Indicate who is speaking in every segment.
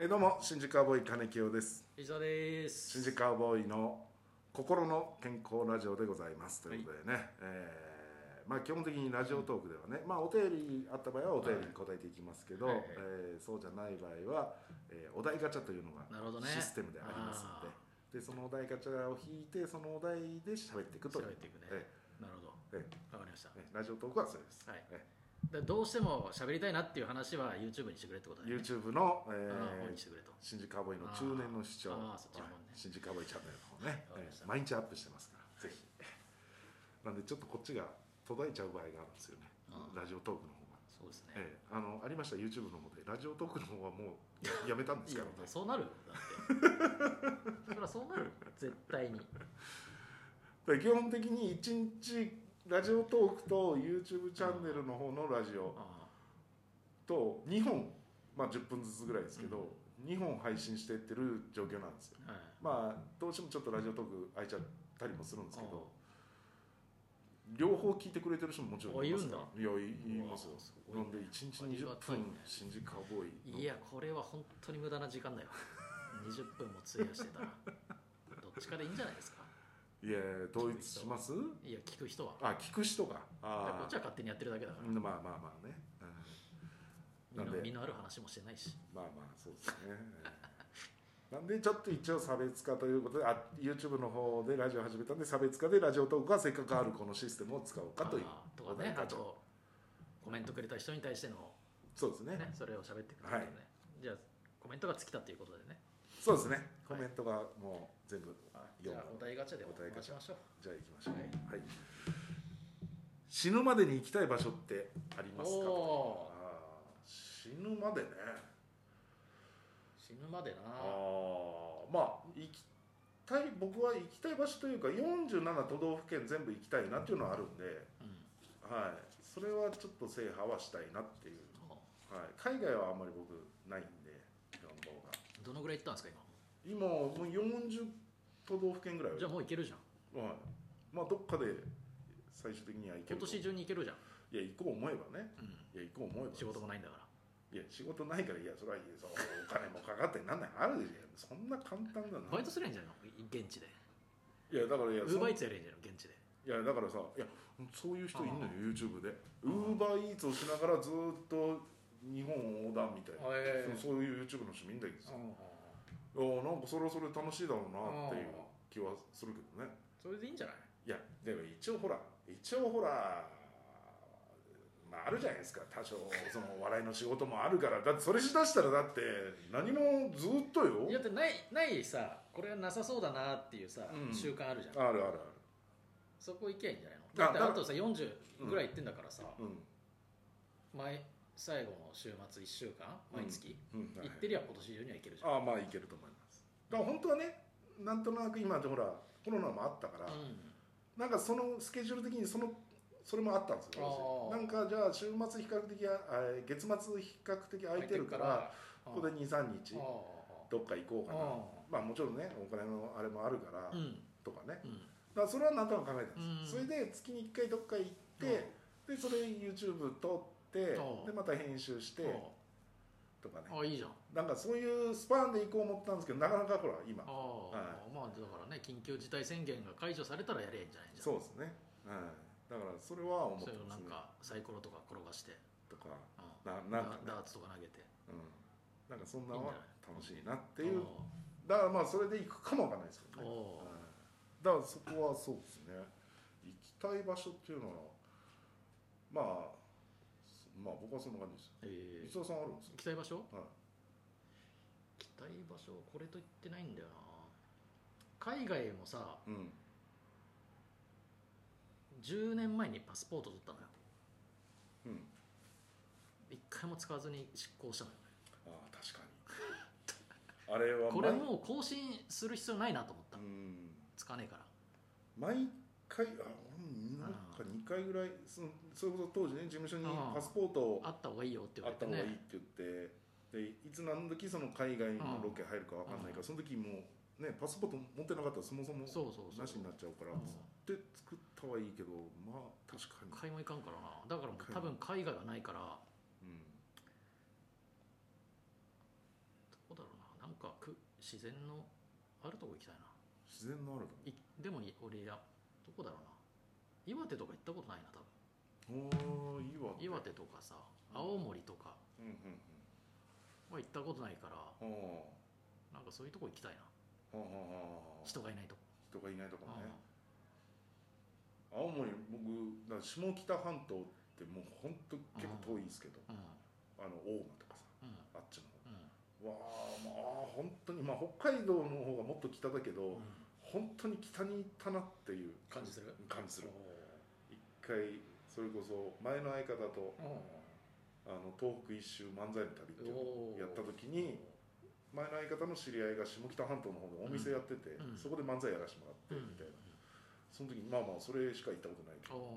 Speaker 1: えどうも新宿アボーイ金清です
Speaker 2: 以上です
Speaker 1: 新宿アボーイの心の健康ラジオでございますということでね、えーまあ、基本的にラジオトークではね、まあ、お便りあった場合はお便りに答えていきますけど、
Speaker 2: はいはいはい
Speaker 1: えーそうじゃない場合は、えーお題ガチャというのが
Speaker 2: なるほどね
Speaker 1: システムでありますので,、でそのお題ガチャを引いてそのお題で喋っていくという
Speaker 2: 喋っていくね
Speaker 1: え
Speaker 2: なるほど
Speaker 1: え
Speaker 2: わかりました
Speaker 1: ええラジオトークはそれです、
Speaker 2: はい
Speaker 1: え
Speaker 2: でどうしても喋りたいなっていう話は YouTube にしてくれってことだね
Speaker 1: YouTube の、え
Speaker 2: あの本
Speaker 1: ー
Speaker 2: にしてくれと
Speaker 1: 新宿アボーイの中年の視聴
Speaker 2: あーあーそっちの方
Speaker 1: はい
Speaker 2: ね
Speaker 1: 新宿アボーイチャンネルの方ね
Speaker 2: わかりました
Speaker 1: えー毎日アップしてますからぜひなんでちょっとこっちが途絶えちゃう場合があるんですよね
Speaker 2: あー
Speaker 1: ラジオトークの方が、
Speaker 2: そうですね
Speaker 1: ええあのありました YouTube の方でラジオトークの方はも うやめたんで
Speaker 2: い
Speaker 1: す
Speaker 2: や
Speaker 1: からね
Speaker 2: そうなるよだっ てそりゃそうなる絶対に
Speaker 1: だから基本的に1日ラジオトークと YouTube チャンネルの方のラジオ
Speaker 2: あ
Speaker 1: と2本まあ10分ずつぐらいですけど、二2本配信してってる状況なんですよ
Speaker 2: あはい
Speaker 1: まあどうしてもちょっとラジオトーク空いちゃったりもするんですけど、両方聞いてくれてる人ももちろんいますからいやいいいますよ
Speaker 2: うわすごい
Speaker 1: なんで1日20
Speaker 2: ありがたいね
Speaker 1: 分新宿カウボーイの
Speaker 2: いやこれは本当に無駄な時間だよ20分も費やしてたらどっちかでいいんじゃないですか
Speaker 1: いや統一します
Speaker 2: いや聞く人は
Speaker 1: あ聞く人が
Speaker 2: だからこ
Speaker 1: あ
Speaker 2: っち
Speaker 1: あ
Speaker 2: は勝手にやってるだけだから
Speaker 1: まあまあまあね、うん
Speaker 2: 身
Speaker 1: なん
Speaker 2: の
Speaker 1: で
Speaker 2: 身のある話もしてないし
Speaker 1: まあまあそうですねえーなんでちょっと一応差別化ということであ YouTube の方でラジオ始めたんで差別化でラジオトークはせっかくあるこのシステムを使おうかという
Speaker 2: あーとかねあとコメントくれた人に対しての
Speaker 1: そうですね
Speaker 2: ね、それを喋ってくれるのでね、じゃあコメントが尽きたということでね
Speaker 1: そうですねコメントがもう全部
Speaker 2: じ
Speaker 1: 読
Speaker 2: ゃ
Speaker 1: む
Speaker 2: あお題ガチャでお
Speaker 1: お題ガ
Speaker 2: 待
Speaker 1: チ
Speaker 2: ち
Speaker 1: ャ
Speaker 2: ましょう
Speaker 1: じゃあ行きましょう、はい、死ぬまでに行きたい場所ってありますか
Speaker 2: おー
Speaker 1: あー死ぬまでね
Speaker 2: 死ぬまでな
Speaker 1: あーまあ行きたい僕は行きたい場所というか47都道府県全部行きたいなっていうのはあるんで、
Speaker 2: うん
Speaker 1: はい、それはちょっと制覇はしたいなっていう、はい、海外はあんまり僕ないんで願望が
Speaker 2: どのぐらい行ったんですか
Speaker 1: 今もう40都道府県ぐらいは
Speaker 2: 今じゃあもう行けるじゃん
Speaker 1: はい、まあどっかで最終的には行け
Speaker 2: 今
Speaker 1: ると
Speaker 2: 年中に行けるじゃん、
Speaker 1: いや行こう思えばね
Speaker 2: うん、
Speaker 1: いや行こう思えば
Speaker 2: 仕事もないんだか
Speaker 1: い
Speaker 2: ら
Speaker 1: や仕事ないからいやそれはいいそうお金もかかってなんないあるでしょそんな簡単だな
Speaker 2: バイトすりゃいいんじゃないのい現地で
Speaker 1: いやだからいや
Speaker 2: ウ
Speaker 1: そ
Speaker 2: ー
Speaker 1: ん
Speaker 2: バーイーツやりゃいいんじゃないの現地で
Speaker 1: いやだからさいやそういう人いんのよ
Speaker 2: あ
Speaker 1: YouTube でウー
Speaker 2: ん
Speaker 1: バーイーツをしながらずっと日本横断みたいな、
Speaker 2: え
Speaker 1: そうそういう YouTube の人もいいんだけどさ、いやなんかそれはそれで楽しいだろうなっていう気はするけどね
Speaker 2: それでいいんじゃない
Speaker 1: いやでも一応ほら一応ほらまああるじゃないですか多少そのお笑いの仕事もあるからだってそれしだしたらだって何もずっと
Speaker 2: いや
Speaker 1: よ
Speaker 2: だってないないさこれはなさそうだなっていうさ、
Speaker 1: うん
Speaker 2: 習慣あるじゃん
Speaker 1: あるあるある
Speaker 2: そこ行けばいいんじゃないの
Speaker 1: あ
Speaker 2: だって
Speaker 1: だ
Speaker 2: あとさ40ぐらい行ってんだからさ、
Speaker 1: うん
Speaker 2: 前最後の週末1週間毎月、
Speaker 1: うんはい
Speaker 2: 行ってりゃ今年中には行けるじゃん、
Speaker 1: ああまあいけると思いますだから本当はねなんとなく今ほらコロナもあったから、
Speaker 2: う
Speaker 1: なんかそのスケジュール的にそのそれもあったんですよ
Speaker 2: あー
Speaker 1: 私なんかじゃあ週末比較的あえー月末比較的空いてるから
Speaker 2: あー
Speaker 1: ここで23日
Speaker 2: あ
Speaker 1: どっか行こう
Speaker 2: ー
Speaker 1: かなまあもちろんねお金のあれもあるから
Speaker 2: あーうん
Speaker 1: とかね
Speaker 2: うん
Speaker 1: だからそれは何となく考えてます、
Speaker 2: う
Speaker 1: それ
Speaker 2: ん
Speaker 1: で月に1回どっか行って、でそれ YouTube 撮って
Speaker 2: ああ
Speaker 1: でまた編集して
Speaker 2: あ
Speaker 1: とかね
Speaker 2: ーあーいいじゃんあ
Speaker 1: なんかそういうスパンで行こう思ったんですけどなかなかほら今
Speaker 2: あ、まあだからね緊急事態宣言が解除されたらやりゃいいんじゃないじゃ
Speaker 1: そ
Speaker 2: ん
Speaker 1: うですね、はい、だからそれは思って
Speaker 2: それを
Speaker 1: ま
Speaker 2: な
Speaker 1: す
Speaker 2: ん
Speaker 1: ね
Speaker 2: かサイコロとか転がして、
Speaker 1: とか
Speaker 2: うん
Speaker 1: ななんかね
Speaker 2: ダダーツとか投げてっ
Speaker 1: うん、なんかそんなのは
Speaker 2: いいんじゃな
Speaker 1: 楽
Speaker 2: い
Speaker 1: しいなっていうだからまあそれで行くかもわかんないですけどね、
Speaker 2: おー
Speaker 1: はいだからそこはそうですね行きたい場所っていうのはまあそまあ僕はそんな感じ
Speaker 2: え
Speaker 1: ですよ伊沢さんあるんです
Speaker 2: ー、行きたい場所
Speaker 1: か、はい、
Speaker 2: 行きたい場所これと言ってないんだよな海外もさ
Speaker 1: うん
Speaker 2: 10年前にパスポート取ったのよ
Speaker 1: うん
Speaker 2: 一回も使わずに執行したのよ
Speaker 1: ああ確かに あれは
Speaker 2: これ
Speaker 1: 毎
Speaker 2: もう更新する必要ないなと思った
Speaker 1: うん
Speaker 2: つかねえから
Speaker 1: 毎回あ俺なんか2回ぐらいそのそれこそ当時ね事務所にパスポートを
Speaker 2: あった方がいいよって言
Speaker 1: あ
Speaker 2: わ
Speaker 1: っ
Speaker 2: れて
Speaker 1: た方がいい
Speaker 2: ね
Speaker 1: って言って、でいつ何時その海外のロケ入るかわかんないから、
Speaker 2: うん
Speaker 1: その時もうねパスポート持ってなかったらそもそも
Speaker 2: そうそうそう
Speaker 1: なしになっちゃうから
Speaker 2: うん
Speaker 1: つって作ったはいいけどまあ確かに、
Speaker 2: 買いも行かんからなだからもう多分海外がないから
Speaker 1: うん、
Speaker 2: どうだろう自然のあるとこ行きたいな
Speaker 1: 自然のあると
Speaker 2: いでもい俺やどこだろうな岩手とか行ったことないな多
Speaker 1: こおー岩
Speaker 2: 分岩手とかさ青森とか
Speaker 1: うんうん
Speaker 2: は行ったことないから
Speaker 1: うんは
Speaker 2: なんかそういうとこ行きたいな
Speaker 1: あはあはあはあ
Speaker 2: 人がいないとこ、
Speaker 1: 人がいないとこ
Speaker 2: うん
Speaker 1: ね青森僕だから下北半島ってもうほんと結構遠いですけど
Speaker 2: うん
Speaker 1: あの大間とかさ
Speaker 2: うん
Speaker 1: あっちの方
Speaker 2: う
Speaker 1: わあまあ本当にまあ北海道の方がもっと北だけど、
Speaker 2: ん
Speaker 1: 本当に北に行ったなっていう
Speaker 2: 感じする
Speaker 1: 感じする
Speaker 2: お
Speaker 1: 一回それこそ前の相方と
Speaker 2: ー
Speaker 1: あの東北一周漫才の旅っていうのを
Speaker 2: おー
Speaker 1: やった時に前の相方の知り合いが下北半島の方でお店やってて、
Speaker 2: うんうん
Speaker 1: そこで漫才やらせても
Speaker 2: う
Speaker 1: らっ
Speaker 2: ん
Speaker 1: てみたいな、その時にまあまあそれしか行ったことないけ
Speaker 2: お
Speaker 1: ど、うん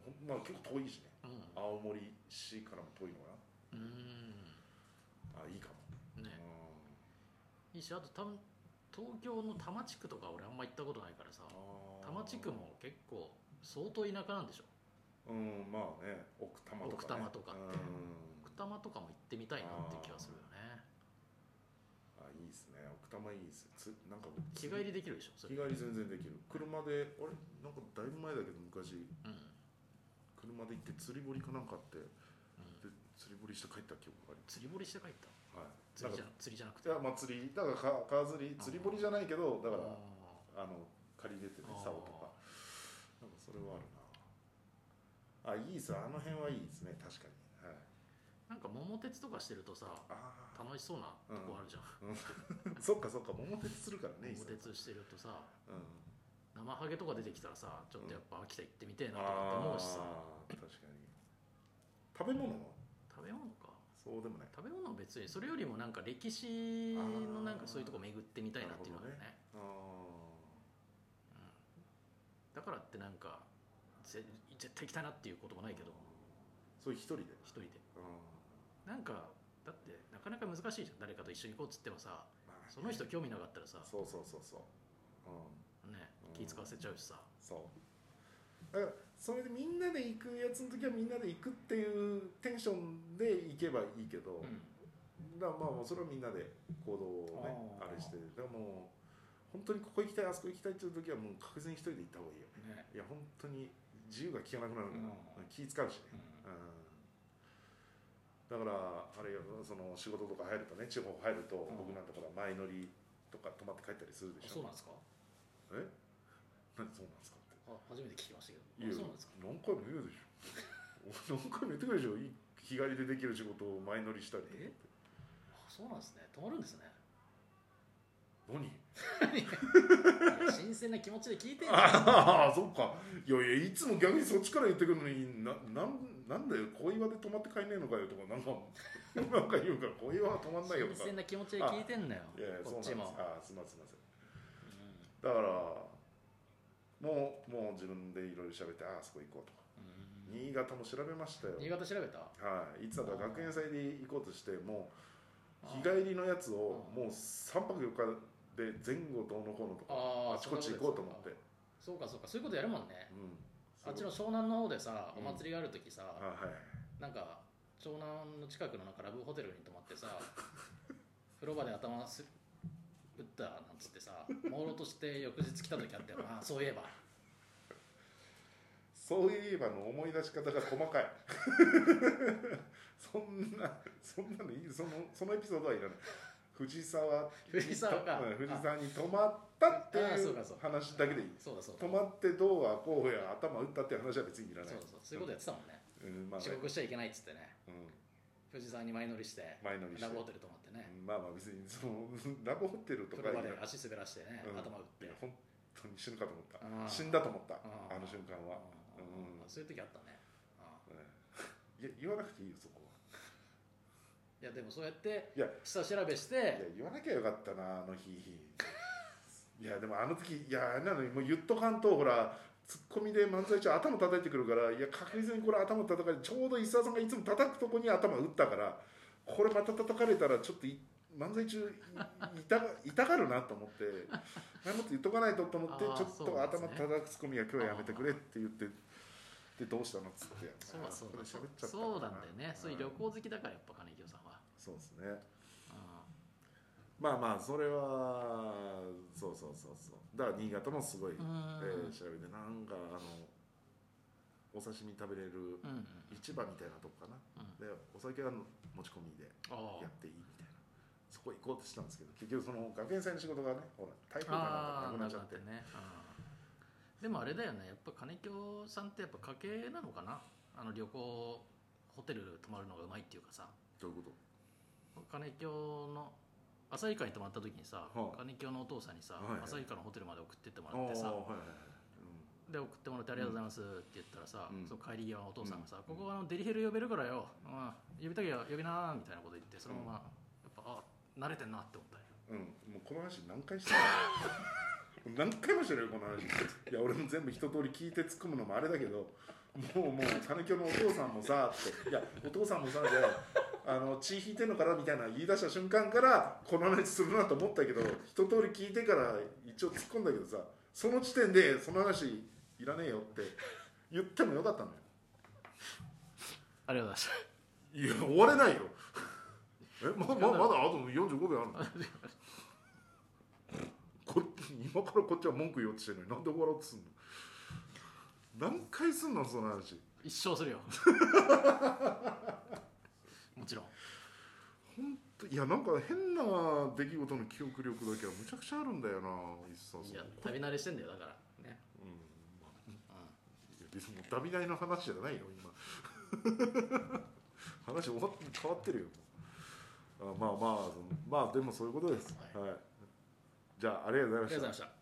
Speaker 1: ほんまあ、結構遠いしね
Speaker 2: ーうん
Speaker 1: 青森市からも遠いのか
Speaker 2: うー
Speaker 1: なあいいかも、
Speaker 2: んね
Speaker 1: うん
Speaker 2: いいしあとた東京の多摩地区とか俺あんま行ったことないからさ
Speaker 1: あー
Speaker 2: 多摩地区も結構相当田舎なんでしょ
Speaker 1: うんまあね奥多摩とか、ね、
Speaker 2: 奥多摩とか
Speaker 1: うん
Speaker 2: 奥多摩とかも行ってみたいなって気がするよね
Speaker 1: あいいですね奥多摩いいですつなんか
Speaker 2: 日帰りできるでしょそ
Speaker 1: 日
Speaker 2: れ、
Speaker 1: 帰り全然できる車であれなんかだいぶ前だけど昔
Speaker 2: うんうん、
Speaker 1: 車で行って釣り堀かなんかあってで釣り堀して帰った記憶があり
Speaker 2: 釣り堀して帰った
Speaker 1: ます、はい、
Speaker 2: 釣りじゃ
Speaker 1: な
Speaker 2: なん
Speaker 1: か
Speaker 2: 釣りじゃなく
Speaker 1: い
Speaker 2: て
Speaker 1: やまあ釣りだからか川釣り釣り堀じゃないけどだから
Speaker 2: あ
Speaker 1: あの借りれてね
Speaker 2: あー
Speaker 1: 竿とかなんかそれはあるなあいいですあの辺はいいですね確かに、はい、
Speaker 2: ーなんか桃鉄とかしてるとさ
Speaker 1: ああ
Speaker 2: 楽しそうなとこあるじゃん、
Speaker 1: そっかそっか桃鉄するからね
Speaker 2: 桃
Speaker 1: 伊勢
Speaker 2: 鉄してるとさ
Speaker 1: うん
Speaker 2: 生ハゲとか出てきたらさちょっとやっぱ秋田行ってみてえなとかって
Speaker 1: あ
Speaker 2: 思うしさ、
Speaker 1: ー確かに食べ物は
Speaker 2: 食べ物か
Speaker 1: そうでもない
Speaker 2: 食べ物は別にそれよりもなんか歴史のなんかそういうとこ巡ってみたいなっていうのはあるよね
Speaker 1: あ
Speaker 2: だからってなんかぜ絶対行きたいなっていうこともないけど
Speaker 1: ーそういう一人で
Speaker 2: 一人で
Speaker 1: うん
Speaker 2: なんかだってなかなか難しいじゃん誰かと一緒に行こうっつってもさ
Speaker 1: まあね
Speaker 2: その人興味なかったらさ、ね、
Speaker 1: そうそうそうそううんうん
Speaker 2: 気使わせちゃうしさ
Speaker 1: そうだからそれでみんなで行くやつの時はみんなで行くっていうテンションで行けばいいけど、だからまあもうそれはみんなで行動をね
Speaker 2: あ
Speaker 1: あ
Speaker 2: ー
Speaker 1: れしてだからもう本当にここ行きたいあそこ行きたいっていう時はもう確実に一人で行った方がいいよ
Speaker 2: ね
Speaker 1: いや本当に自由が利かなくなるから、
Speaker 2: うん
Speaker 1: 気使うしね、うんだからあれよその仕事とか入るとね地方入ると、
Speaker 2: ん
Speaker 1: 僕なんだから前乗りとか泊まって帰ったりするでしょ
Speaker 2: なんですか
Speaker 1: え何そうなんですかって
Speaker 2: あ初めて聞きました
Speaker 1: いや何回も言うでしょ 何回も言ってくるでしょいい日帰りでできる仕事を前乗りしたり
Speaker 2: えあそうなんですね泊まる んですね
Speaker 1: 何
Speaker 2: いや新鮮な気持ちで聞いてんじゃん
Speaker 1: ああそっかいやいやいつも逆にそっちから言ってくるのにななんなんだよ小岩で泊まって帰んねえのかよとかなんか なんか言うから小岩は泊まんないよと
Speaker 2: 新
Speaker 1: か
Speaker 2: 鮮な気持ちで聞いてんだよ
Speaker 1: いやいやそうなん
Speaker 2: こっ
Speaker 1: です
Speaker 2: ちも
Speaker 1: ああすみませんすいませんだからもうもう自分でいろいろ喋ってああそこ行こうとか
Speaker 2: うん
Speaker 1: 新潟も調べましたよ
Speaker 2: 新潟調べた
Speaker 1: はいいつだか学園祭で行こうとしてもう
Speaker 2: あー
Speaker 1: 日帰りのやつをもう3泊4日で前後どうのこうのとか
Speaker 2: あ
Speaker 1: あ
Speaker 2: ー
Speaker 1: ちこち行こうと思って
Speaker 2: そうかそうかそういうことやるもんね
Speaker 1: うん
Speaker 2: あっちの
Speaker 1: は
Speaker 2: 湘南の方でさお
Speaker 1: うん
Speaker 2: 祭りがある時さ、
Speaker 1: いはい
Speaker 2: なんか湘南の近くのなんかラブホテルに泊まってさ 風呂場で頭す打ったなんつってさ朦朧として翌日来た時あったよ なあそういえば
Speaker 1: そういえばの思い出し方が細かい そんなそんなのいいそのそのエピソードはいらない藤沢
Speaker 2: 藤沢か
Speaker 1: うん藤沢に泊まったって
Speaker 2: ああ
Speaker 1: い
Speaker 2: そう
Speaker 1: う
Speaker 2: かそう
Speaker 1: 話だけでいい
Speaker 2: そうだそうだ
Speaker 1: 泊まってどうはこうや頭打ったっていう話は別にいらない
Speaker 2: そうだそうだそういうことやってたもんね
Speaker 1: うんまあね
Speaker 2: 遅刻しちゃいけないっつってね
Speaker 1: うん
Speaker 2: 富士山に前乗りして
Speaker 1: 前乗りして
Speaker 2: ラブホテル泊まってね
Speaker 1: うんまあまあ別にそのうんラブホテルと
Speaker 2: 風
Speaker 1: か
Speaker 2: 呂
Speaker 1: い
Speaker 2: 場
Speaker 1: らない
Speaker 2: で足滑らしてね、
Speaker 1: うん
Speaker 2: 頭打っ
Speaker 1: い
Speaker 2: て
Speaker 1: や本当に死ぬかと思った
Speaker 2: うん
Speaker 1: 死んだと思った
Speaker 2: うん
Speaker 1: あの瞬間
Speaker 2: あ
Speaker 1: は
Speaker 2: ー
Speaker 1: うん
Speaker 2: そういう時あったねあ
Speaker 1: うんいや言わなくていいよそこは
Speaker 2: ーいやでもそうやって
Speaker 1: いや
Speaker 2: 下調べし
Speaker 1: いや
Speaker 2: て
Speaker 1: 言わなきゃよかったなあの日 いやでもあの時いやあれなのにもう言っとかんとほらツッコミで漫才中頭叩いてくるからいや確実にこれ頭叩かれちょうど石澤さんがいつも叩くとこに頭打ったからこれまた叩かれたらちょっとい漫才中い痛が 痛がるなと思って前もって言っとかないとと思って
Speaker 2: あー
Speaker 1: ちょっ
Speaker 2: そう
Speaker 1: と
Speaker 2: なんです
Speaker 1: 頭
Speaker 2: ね
Speaker 1: 叩くツッコミは今日はやめてくれって言ってでどうしたのっつって
Speaker 2: そうだそ
Speaker 1: そこ
Speaker 2: うだそ
Speaker 1: で喋っちゃ
Speaker 2: う
Speaker 1: った
Speaker 2: そうなんだよね、そういう旅
Speaker 1: ん
Speaker 2: 行好きだからやっぱ金城さんは
Speaker 1: そうですね
Speaker 2: うん
Speaker 1: まあまあそれはそうそうそうそうだから新潟もすごい、
Speaker 2: う
Speaker 1: え
Speaker 2: ん
Speaker 1: ー調べてなんかあのお刺身食べれる
Speaker 2: うんうん
Speaker 1: 市場みたいなとこかな、
Speaker 2: うん
Speaker 1: でお酒は持ち込みで
Speaker 2: あ
Speaker 1: や
Speaker 2: あ
Speaker 1: っていいみたいなそこ行こうとしたんですけど結局その学園祭の仕事がねほら台風かな
Speaker 2: あ
Speaker 1: んかな
Speaker 2: あ
Speaker 1: くなっちゃって
Speaker 2: なくなねうんでもあれだよねやっぱ金京さんってやっぱ家系なのかなあの旅行ホテル泊まるのがうまいっていうかさ
Speaker 1: どういうこ
Speaker 2: 金京の旭川に泊まった時にさ、
Speaker 1: はあ
Speaker 2: 金京のお父さんにさ
Speaker 1: はい
Speaker 2: 旭川、のホテルまで送ってっても
Speaker 1: と
Speaker 2: らってさ
Speaker 1: あーはいはいはい
Speaker 2: で送ってもらってありがとうございますって言ったらさ、
Speaker 1: うん
Speaker 2: その帰り際のお父さんがさ、
Speaker 1: うん
Speaker 2: ここはあのデリヘル呼べるからよ、うん、呼びたけよ呼びなーみたいなこと言ってそのまま、やっぱあ慣れてんなって思ったよ
Speaker 1: うん、うん、もうこの話何回したの何回もしてるよこの 話 いや俺も全部一通り聞いて突っ込むのもあれだけどもうもう金京のお父さんもさっていやお父さんもさであの血引いてんのかなみたいな言い出した瞬間からこの話するなと思ったけど一通り聞いてから一応突っ込んだけどさその時点でその話いらねえよって言ってもよかったのよ
Speaker 2: ありがとうござい
Speaker 1: いや終われないよえまままだあと45秒あるのこ今からこっちは文句言おうとしてるのになんで終わろうとすんの何回すんのその話
Speaker 2: ました一生するよ もちろん
Speaker 1: 本当いやなんか変な出来事の記憶力だけはむちゃくちゃあるんだよな一さん
Speaker 2: い
Speaker 1: そ
Speaker 2: や
Speaker 1: のこ
Speaker 2: 旅慣れしてんだよだからね、
Speaker 1: うん
Speaker 2: う
Speaker 1: いや別にもう旅台の話じゃないよ今 話終わっ変わってるよあまあまあそのまあでもそういうことです、はい、じゃあありがとうござい
Speaker 2: ん、ありがと
Speaker 1: まし
Speaker 2: うござい
Speaker 1: た
Speaker 2: ました